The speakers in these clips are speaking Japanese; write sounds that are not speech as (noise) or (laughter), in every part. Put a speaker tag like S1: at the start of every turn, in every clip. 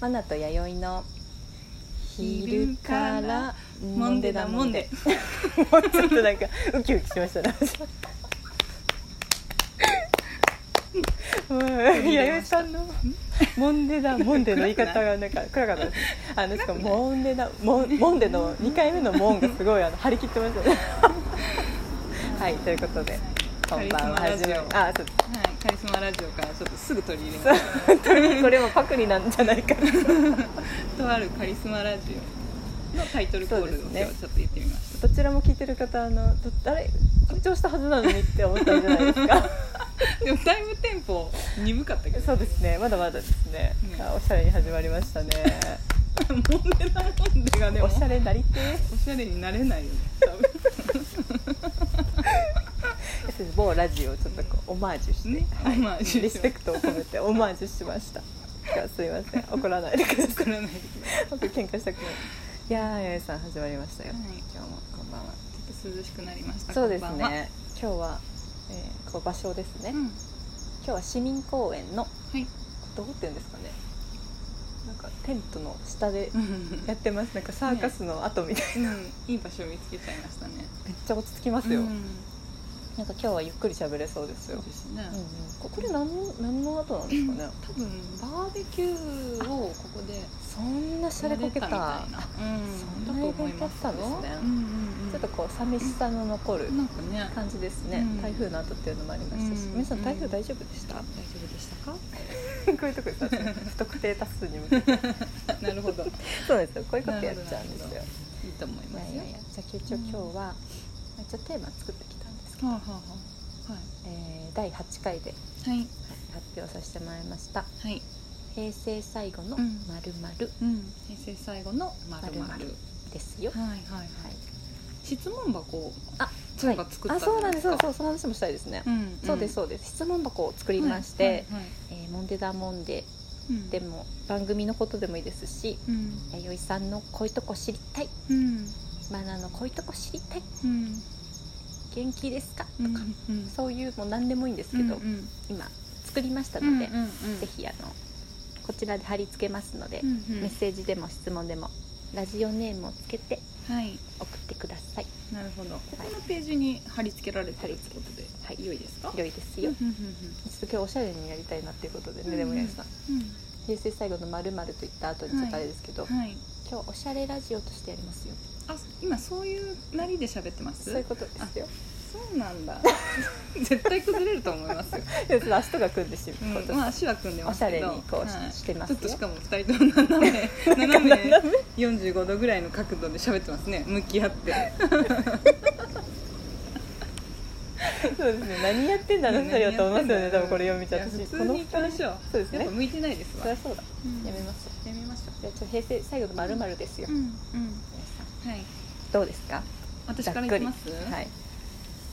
S1: マナと弥生の昼から
S2: もんでだもんで
S1: もうちょっとなんかウキウキしましたねうん弥生さんの「もんでだもんで」の言い方がなんか暗かったですあのしかも「もんでだもんもんで」の2回目の「もん」がすごいあの張り切ってま (laughs) したねはいということでこんばんは
S2: カリスマラ
S1: じ
S2: ジオ
S1: めあそう
S2: はい、カリスマラジオからちょっとすぐ取り入れま
S1: そう
S2: す
S1: 本当にこれもパクリなんじゃないかな
S2: とあるカリスマラジオのタイトルコールを
S1: そうです
S2: 今
S1: ね
S2: 日ちょっと言ってみまし
S1: どちらも聞いてる方あのどあれ緊張したはずなのにって思ったんじゃないです (laughs) か
S2: たでもだいぶテンポ鈍かったけど
S1: そうですねまだまだですね、
S2: うん
S1: あおしゃれに始まりましたね
S2: もんでだもんでがね
S1: おしゃれになりてえ
S2: おしゃれになれないよね多分
S1: そうです某ラジオをちょっとこうオマージュして、
S2: ね
S1: はい
S2: オマージュして
S1: リスペクトを込めてオマージュしましたいやすいません怒らないでくださ
S2: わ
S1: い
S2: からないけ
S1: 僕喧嘩したくないいやー八重さん始まりましたよ、
S2: ど、はい、
S1: 今日もこんばんは
S2: ちょっと涼しくなりました
S1: そうです
S2: こんばんは
S1: ね今日は、えーこう場所ですね、
S2: うん
S1: 今日は市民公園の
S2: はい
S1: どこって言うんですかねなんかテントの下で
S2: (laughs)
S1: やってますなんかサーカスの後みたいな、
S2: うん、いい場所を見つけちゃいましたね
S1: めっちゃ落ち着きますよ、
S2: うん、
S1: なんか今日はゆっくり喋れそうです
S2: そう
S1: よ、
S2: ですね、
S1: うんうんここれ何の何の後なんですかね、
S2: 多分バーベキューをここで
S1: そんなシャレこけた
S2: やれみたいな、うん、
S1: そんなイベントだったんですね
S2: だと思いまようんうんうん
S1: ちょっとこう寂しさの残る
S2: なんかね大丈
S1: 感じですね、
S2: うん
S1: 台風の後っていうのもありましたし、
S2: うん
S1: 皆さん台風大丈夫でした、
S2: 夫でしたか
S1: こういうとこですね
S2: (laughs)
S1: 不特定多数に向けて
S2: なるほどい
S1: (laughs) そうなんですよこういうことやっちゃうんです
S2: なるほどなる
S1: よ
S2: いと思い
S1: い
S2: ま
S1: や
S2: す
S1: い
S2: よ
S1: やいやじゃあ一応今日は、まあ一応テーマ作ってきたんですけど、
S2: はあはあはあは
S1: えー第8回で
S2: いはい
S1: 発表させてもらいました
S2: はい
S1: 平成最後の
S2: うん
S1: まるまる
S2: うん平成最後のまるま
S1: 〇
S2: る
S1: 〇ですよ。
S2: はいはいはい質問箱を
S1: あ
S2: そういえば作った
S1: あ、そうなんです。そうそうう、その話もしたいですね。
S2: ん
S1: そうです
S2: う
S1: そうです。質問箱を作
S2: あ
S1: りまして、
S2: はいはい
S1: えーモンデダモンデ
S2: うん
S1: でも番組のことでもいいですし、
S2: うん
S1: 弥生さんのこういうとこ知りたい、
S2: うん
S1: マナのこういうとこ知りたい、
S2: うん
S1: 元気ですか
S2: う
S1: と
S2: ん
S1: か、
S2: うん
S1: そういうもう何でもいいんですけ
S2: うん
S1: ど、
S2: うん
S1: 今作りました
S2: う
S1: の
S2: ん
S1: で、
S2: うんうん
S1: ぜひあのこちらで貼り付けますので、
S2: うん
S1: メッセージでも質問でもラジオネームをつけて
S2: うんはい
S1: 送ってください。
S2: なるほど。ここのページに貼り付けられてるってことで、
S1: はい
S2: 良いですか？
S1: 良いですよ。
S2: うんう
S1: ち
S2: ん
S1: ょっと今日おしゃれにやりたいなっていうことでね、
S2: うん
S1: でもやさん
S2: うん
S1: 平成最後のまると言った後にちょっとあれですけど、
S2: うん。はい。
S1: 今日おしゃれラジオとしてやりますよ
S2: あ、今そういうなりで喋ってます？
S1: そういうことですよ
S2: そうなんだ。 (laughs) 絶対崩れると思
S1: (laughs)
S2: いますよ。
S1: でちょっと足とか組んでしまう
S2: うん、
S1: と、
S2: まあ足は組んでますけど、
S1: おしゃれにこうししてますよ
S2: ちょっとしかも二人とも斜め斜め
S1: (laughs) 斜め
S2: 四十五度ぐらいの角度で喋ってますね。向き合って。
S1: そうですね何やってんだあの二人はと思いますよね多分これ読みちゃう
S2: いや
S1: 私
S2: 普通に行きましょう。
S1: そうですね
S2: やっぱ向いてないです
S1: そ
S2: わ。
S1: り
S2: や
S1: ゃそうだ、やめます
S2: めましょ
S1: じゃあちょっと平成最後のまるですよ、
S2: う。うんうん。
S1: 皆さん
S2: はい。
S1: どうですか
S2: 私から行きます。
S1: はい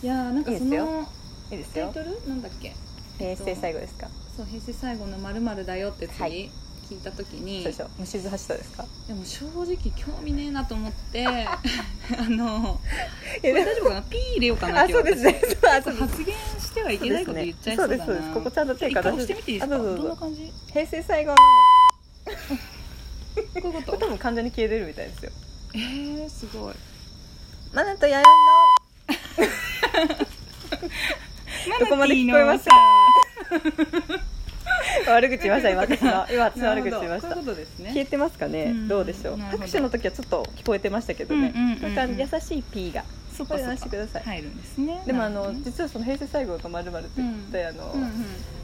S2: いやーなんかそ
S1: いいです
S2: の
S1: いいです
S2: タイ
S1: よ
S2: トルなんだっけ
S1: 平成最後ですか、
S2: そう平成最後のまるまるだよって次、
S1: はい
S2: 聞いた時に
S1: そうでしょう虫ず走ったですか
S2: でも正直興味ねえなと思って
S1: (laughs)
S2: あの
S1: い
S2: 大丈夫かなピー入れようかな
S1: あそうですねそうあそうです
S2: 発言してはいけないこと言っちゃい
S1: そ
S2: そうう
S1: で
S2: だ
S1: す
S2: な
S1: そうですここちゃんと手
S2: 一
S1: か
S2: 回
S1: ら
S2: 押してみていいですか
S1: あどうぞどうぞ
S2: どんな感じ
S1: 平成最後の
S2: こういうこ
S1: こととも完全に消えれるみたいですよ
S2: えー、すごい
S1: マナと弥生のどこまで聞こえました悪口言いました今私の (laughs) 今私の悪口言いまし
S2: な
S1: た
S2: るほどこういうことですね
S1: 消えてますかね、
S2: うん
S1: どうでしょう
S2: なるほど
S1: 拍手の時はちょっと聞こえてましたけどね、
S2: うんうんうんうん
S1: だから優しい P が
S2: そ
S1: これ話してください
S2: 入るんですね
S1: でもあ
S2: なるほ
S1: の
S2: どね
S1: 実はその平成最後のまるまるって言って、あの、
S2: うんうん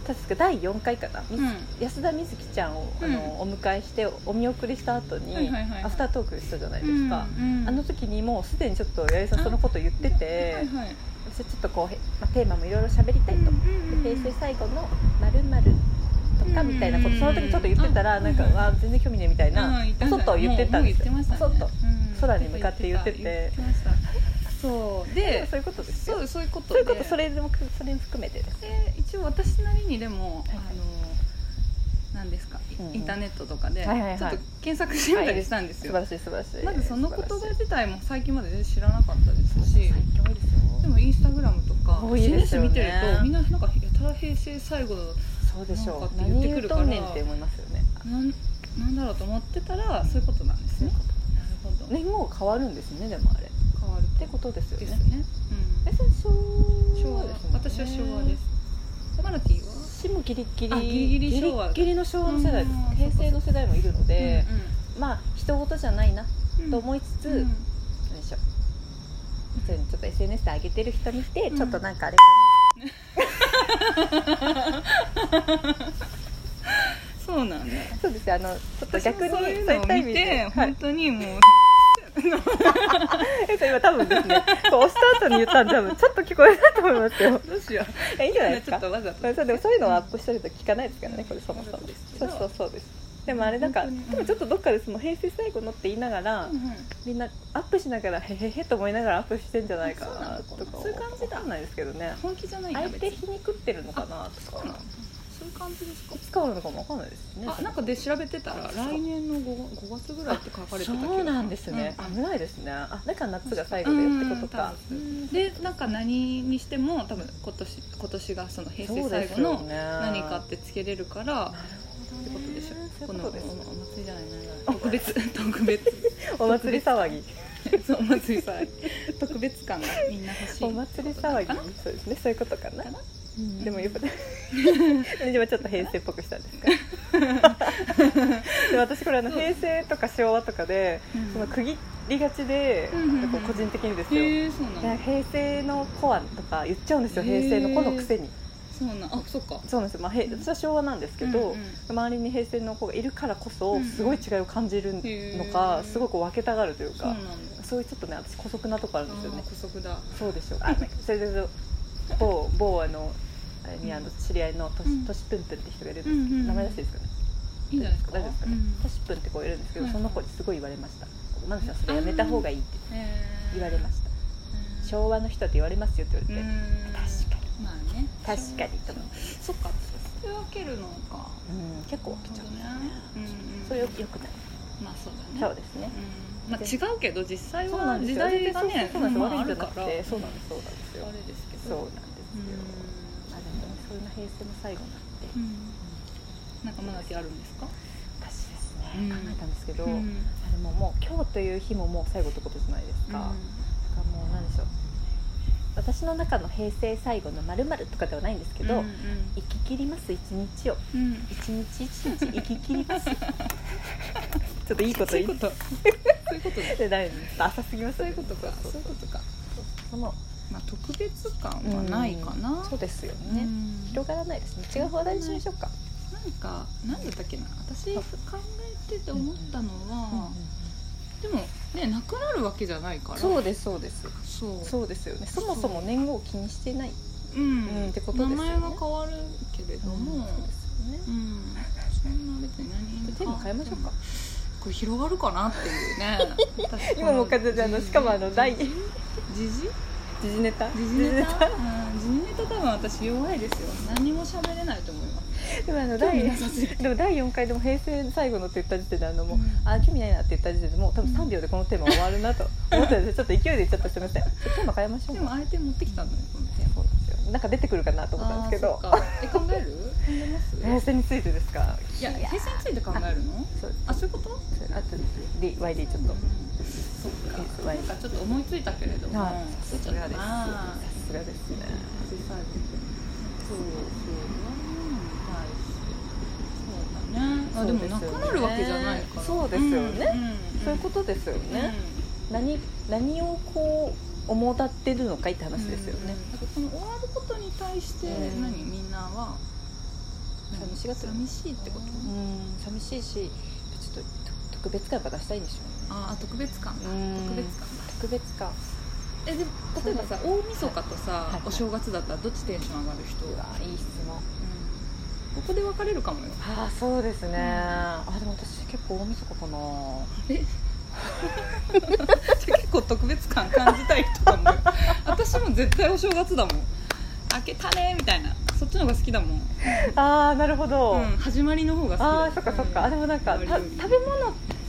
S1: 確か第4回かな、み
S2: うん
S1: 安田瑞希ちゃんをあの、お迎えしてお見送りした後に、
S2: はいはいはいはい
S1: アフタートークしたじゃないですか、
S2: うんうん
S1: あの時にもうすでにちょっと弥生さんそのこと言ってて、
S2: はいはい
S1: 私はちょっとこう、へまあ、テーマもいろいろ喋りたいと、
S2: うん
S1: 平成最後のまるまるとかみたいなこ
S2: うん
S1: と
S2: うん
S1: その時ちょっと言ってたら
S2: あ
S1: なんか
S2: うん
S1: わあ全然興味ねえみたいなこそっと言ってたんですよ
S2: もうもう言ってましたね
S1: そっと
S2: うん
S1: 空に向かって言ってて
S2: 言ってましたそう
S1: で
S2: で
S1: そういうことですよ
S2: そうそういうこと
S1: そう
S2: で
S1: いうことそれでもそれも含めてです
S2: で一応私なりにでも、
S1: はい
S2: あのなんです
S1: うん
S2: か、
S1: うん
S2: インターネットとかでちょ
S1: はいはいはい
S2: っと検索してみたりしたんです
S1: 素晴
S2: よ、
S1: らしい素晴らしい
S2: まずその言
S1: 素晴
S2: 葉
S1: らしい
S2: 自体も最近まで全然知らなかったです
S1: 最
S2: し
S1: 強ですよ
S2: でもインスタグラムとか
S1: 多いですよね
S2: SNS 見てるとみんななんかやたら平成最後
S1: そうでしょう
S2: なんかっ
S1: 何
S2: て言ってく
S1: 言う
S2: る
S1: と
S2: から
S1: んねんって思いますよね
S2: なんなんだろうと思ってたらそういうことなんですねなるほど、
S1: 年号変わるんですねでもあれっ
S2: 変わる
S1: てことですよ
S2: で
S1: ね
S2: すね、
S1: えそれ昭
S2: うん、昭
S1: 和
S2: 和
S1: ですもんね
S2: 私は昭和ですマルティは
S1: 私もギリギ
S2: あ
S1: リ
S2: ギリギリ昭和
S1: ギリギリの昭和の世代です
S2: うん
S1: 平成の世代もいるので、まあ人事じゃないな
S2: うんうん
S1: と思いつつ、
S2: うん
S1: よいしょ普通にちょっと SNS で上げてる人見て、
S2: うん
S1: ちょっとなんかあれか
S2: そうなんだ
S1: なそうですよあのちょっと
S2: 私も
S1: 逆に
S2: そういうのを
S1: タイ
S2: 見
S1: ミング
S2: て
S1: ではい
S2: 本当にもう
S1: えっと今多分ですねこう押した後に言ったんで多分ちょっと聞こえたと思いますよ
S2: どうしよ
S1: いやいいんじゃないうです
S2: ちょ
S1: か
S2: っとわざと
S1: まあそうでもそういうのをアップしてると聞かないですからねこれそもそも
S2: そうですけ
S1: そ
S2: ど
S1: うそうそうですでもあれなんか
S2: 本当に
S1: でもちょっとどっかでその平成最後のって言いながら、
S2: うんうん
S1: みんなアップしながらへへへと思いながらアップしてんじゃないか
S2: そうな
S1: な
S2: のかな
S1: とか
S2: そういう感じだ
S1: わかんないですけどね
S2: 本気じゃないんだ
S1: 相
S2: 別
S1: 手
S2: に
S1: 皮肉ってるのかなと
S2: そうなの
S1: か
S2: そういう感じですか
S1: いつ変わるのかもわかんないですしね
S2: あなんかで調べてたら
S1: あそう
S2: 来年の 5, 5月ぐらいって書かれてたけど
S1: そうなんですね、危ないですねあだから夏が最後だよってことか
S2: うんでなんか何にしても多分今年今年がその平成最後の何かってつけれるからってことでしょ
S1: こ
S2: こ
S1: の
S2: の
S1: こ
S2: お
S1: とですね
S2: お祭りじゃないな特別 (laughs) 特別
S1: (laughs) お祭り騒ぎ
S2: そうお祭りさ (laughs) 特別感がみんな欲しい
S1: お祭り騒ぎ
S2: かな
S1: そうですねそういうことかな
S2: かな
S1: うんでもよく (laughs) 今ちょっと平成っぽくしたん
S2: (laughs)
S1: ですかで私これあの
S2: そう
S1: 平成とか昭和とかで
S2: うん
S1: その区切りがちで
S2: うんうんうん
S1: こう個人的にですよ
S2: へえそう
S1: いや
S2: なの
S1: 平成のコアとか言っちゃうんですよ平成の子のくせに
S2: そうなのあそっか
S1: そうなんですよ、まあ、へ私は昭和なんですけど、
S2: うんうん
S1: 周りに平成の子がいるからこ
S2: うん
S1: そ
S2: うん
S1: すごい違いを感じるの
S2: へ
S1: か、
S2: ー
S1: すごく分けたがるという
S2: そう
S1: か
S2: なんだ
S1: そういうちょっとね私姑息なとこあるんですよ
S2: あ
S1: ね
S2: ー姑息だ
S1: そうでしょうあなんかそれで某某あのあれにあの知り合いのとし,、
S2: うん
S1: としぷんぷんって人がいるんですけ
S2: う
S1: ど、
S2: んうんうん
S1: 名前出していいですかね
S2: いいんじゃないですか
S1: 大丈夫ですかね、
S2: うん
S1: としぷんって子がいるんですけど、
S2: はい
S1: その子にすごい言われました「マミさんそれやめた方がいい」って
S2: へー
S1: 言われました
S2: う
S1: 「
S2: ん
S1: 昭和の人って言われますよ」って言われて、確か
S2: にまあね
S1: 確かにと思って
S2: そっかそう分けるのか
S1: うん結構起きちゃうんですよね
S2: うん
S1: それよよくない
S2: まあそう
S1: そ
S2: だ
S1: うで
S2: ね
S1: すね
S2: うんまあ違うけど実際
S1: そうな
S2: は
S1: んです
S2: 時
S1: よ
S2: 代がね
S1: そうそうそうなんですよ悪いん
S2: ん
S1: じゃな
S2: るか
S1: く
S2: ら
S1: てそうなんですそうなんですよ
S2: あれですけ
S1: そうな
S2: ど
S1: んですよまあでもそんな平成の最後なんて
S2: うんなんかまだあるんですか
S1: 私ですね
S2: うん
S1: 考えたんですけどあ
S2: うん
S1: でももう今日という日ももう最後ってことじゃないですかだ
S2: うん
S1: からもう何でしょう私の中の平成最後のまるとかではないんですけ
S2: う
S1: ど
S2: ん
S1: 生き切ります一日を
S2: うんうん
S1: 一日一
S2: (laughs)
S1: 日生き切りますちょっといいこと
S2: そうい
S1: 言
S2: う
S1: い
S2: ことそういうことね
S1: でないんです浅すぎます
S2: そういうことか
S1: そ
S2: そうう
S1: そ
S2: いううことか
S1: その
S2: まあ特別感はないかな
S1: そうですよ
S2: ね
S1: ね広がらないですね違う話題にしましょうか
S2: なんか何だったっけな私考えてて思ったのは、でもねなくなるわけじゃないから
S1: そうですそうです
S2: そう
S1: そうですよねそもそも年号を気にしてない
S2: うん
S1: うんってことですよね
S2: 名前は変わるけれど
S1: の
S2: も
S1: も、そうですよね
S2: うんそんな別に何
S1: テーマ変えましょうか
S2: これ広がるかなっていうね
S1: (laughs)
S2: 私
S1: 今もう完全にあのしかもあの第
S2: 時事
S1: 時事ネタ
S2: 時事ネタうん時事ネタ多分私弱いですよ何も喋れないと思います
S1: でもあの
S2: 興
S1: 第
S2: 味なさすぎ
S1: でも第4回でも平成最後のって言った時点であのもう、
S2: うん
S1: あ興味ないなって言った時点でもう多分
S2: うん
S1: 3秒でこのテーマ終わるなと思ったのでちょっと勢いで言っちゃったすみませんちょっとテーマ変えましょう
S2: で
S1: か
S2: もあえて持ってきたんだねこのテーマ
S1: そうなんですよなんか出てくるかなと思ったんですけど
S2: あーそっかえ考える考えます
S1: 平成についてですか
S2: いや平成について考えるの
S1: そうです
S2: あそういうこと
S1: あと D YD ちょっと
S2: そっか
S1: ですわい
S2: なんかちょっと思いついたけれども、
S1: はい
S2: ついちゃったな
S1: さすがですね
S2: 小さいそうそうなのに対してそうだねあでもなくなるわけじゃないから
S1: そうですよね
S2: んん
S1: そういうことですよね、何何をこう思だってるのかいって話ですよね、
S2: うんだからその終わることに対して
S1: うん
S2: 何みんなは
S1: 寂しがってる
S2: 寂しいってこ
S1: う
S2: と
S1: ん寂しいしちょっとと特別感やっぱ出したいんでしょうね
S2: ああ特別感だ
S1: うん
S2: 特別感だ
S1: 特別感
S2: えで例えばさ大晦日とさ、
S1: はい
S2: お正月だったらどっちテンション上がる人、
S1: うわいい質問
S2: ここで別れるかもよ
S1: ああそうですね、あでも私結構大晦日かな
S2: えじゃあ結構特別感感じたい人かもよ私も絶対お正月だもん開けたねみたいなそっちの方が好きだもん、
S1: ああなるほど、
S2: うん、始まりの方が好きだ
S1: ああそっかそっか、あでもなんかた食べ物っ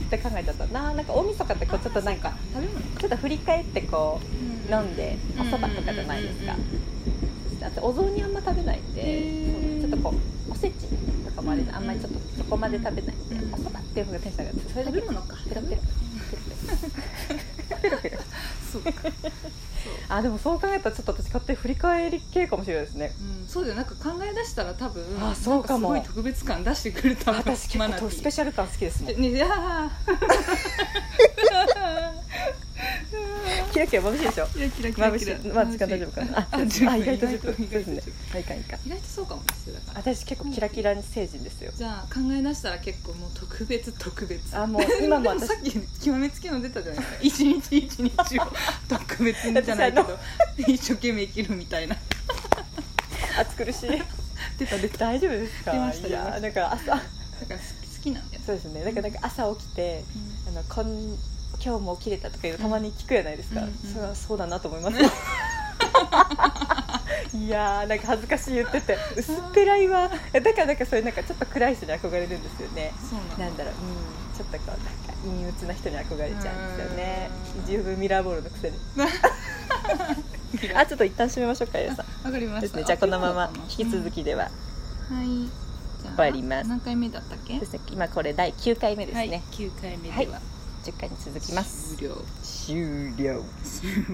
S1: て考えちゃったななんか大晦日ってこうちょっとなんか
S2: 食べ物
S1: ちょっと振り返ってこう飲んでおそばとかじゃないですか、
S2: うんうんうんうん
S1: あとお雑煮あんま食べないん
S2: へ
S1: で
S2: ー
S1: そうちょっとこうおせちどあんまりちょっとそこまで食べない、
S2: うん
S1: おそばっていう方がテンション上がるそれだ
S2: 食
S1: け
S2: べ
S1: ペ
S2: 物か
S1: ロペロペロペロ
S2: そうか、
S1: あでもそう考えたらちょっと私勝手に振り返り系かもしれないですね
S2: うん、そうだよなんか考え出したら多分
S1: あそうかも
S2: なんすごい特別感出してくる多分
S1: 私結
S2: マナテ
S1: 構
S2: ィー
S1: スペシャル感好きですもん
S2: ねいや
S1: キラキラ眩しいでしょ
S2: ーい (laughs) やキラキラ
S1: 眩
S2: キラ
S1: しいまあ時間大丈夫かなあ
S2: あ
S1: あ
S2: 十分
S1: 意外と
S2: 意
S1: 10分
S2: 外と
S1: そう
S2: 意
S1: で
S2: 外
S1: す
S2: と
S1: ねはいいかんいかん
S2: 意外とそうかもですよだから
S1: 私結構キラキラ成人ですよ
S2: じゃあ考え出したら結構もう特別特別
S1: あもう今
S2: (laughs)
S1: も
S2: で
S1: 私
S2: さっき極めつけの出たじゃ
S1: (laughs)
S2: ないですか一日一日を (laughs) 特別にじゃないけ
S1: だ
S2: ど一生懸命生きるみたいな
S1: 暑苦しい
S2: 出た出た
S1: 大丈夫ですか
S2: 出ました
S1: いや
S2: 出ました
S1: なんか朝
S2: だから好き好きなんだよ、
S1: そうですねなんかなんか朝起きてあのこん今日も起きれたとかいうのたまに聞くじゃないですか、
S2: うんうん
S1: それはそうだなと思い (laughs) ますいやーなんか恥ずかしい言ってて薄っぺらいわだからなんかそういうなんかちょっと暗い人に憧れるんですよね
S2: そうなんだ
S1: なんだろう、うん、ちょっとこうなんか陰鬱な人に憧れちゃうんですよね
S2: うん
S1: 十分ミラーボールのくせにあちょっと一旦閉めましょうかエさん
S2: わかりま
S1: で
S2: し
S1: す
S2: た、
S1: ねじゃあこのまま引き続
S2: き、
S1: きでは、
S2: うんはいじゃあ
S1: 終わります
S2: 何回目だったっけ
S1: そうですね今これ第9回目です
S2: はい
S1: ね、
S2: 九回目では、
S1: はい10回に続きます
S2: 終了
S1: 終了
S2: 終了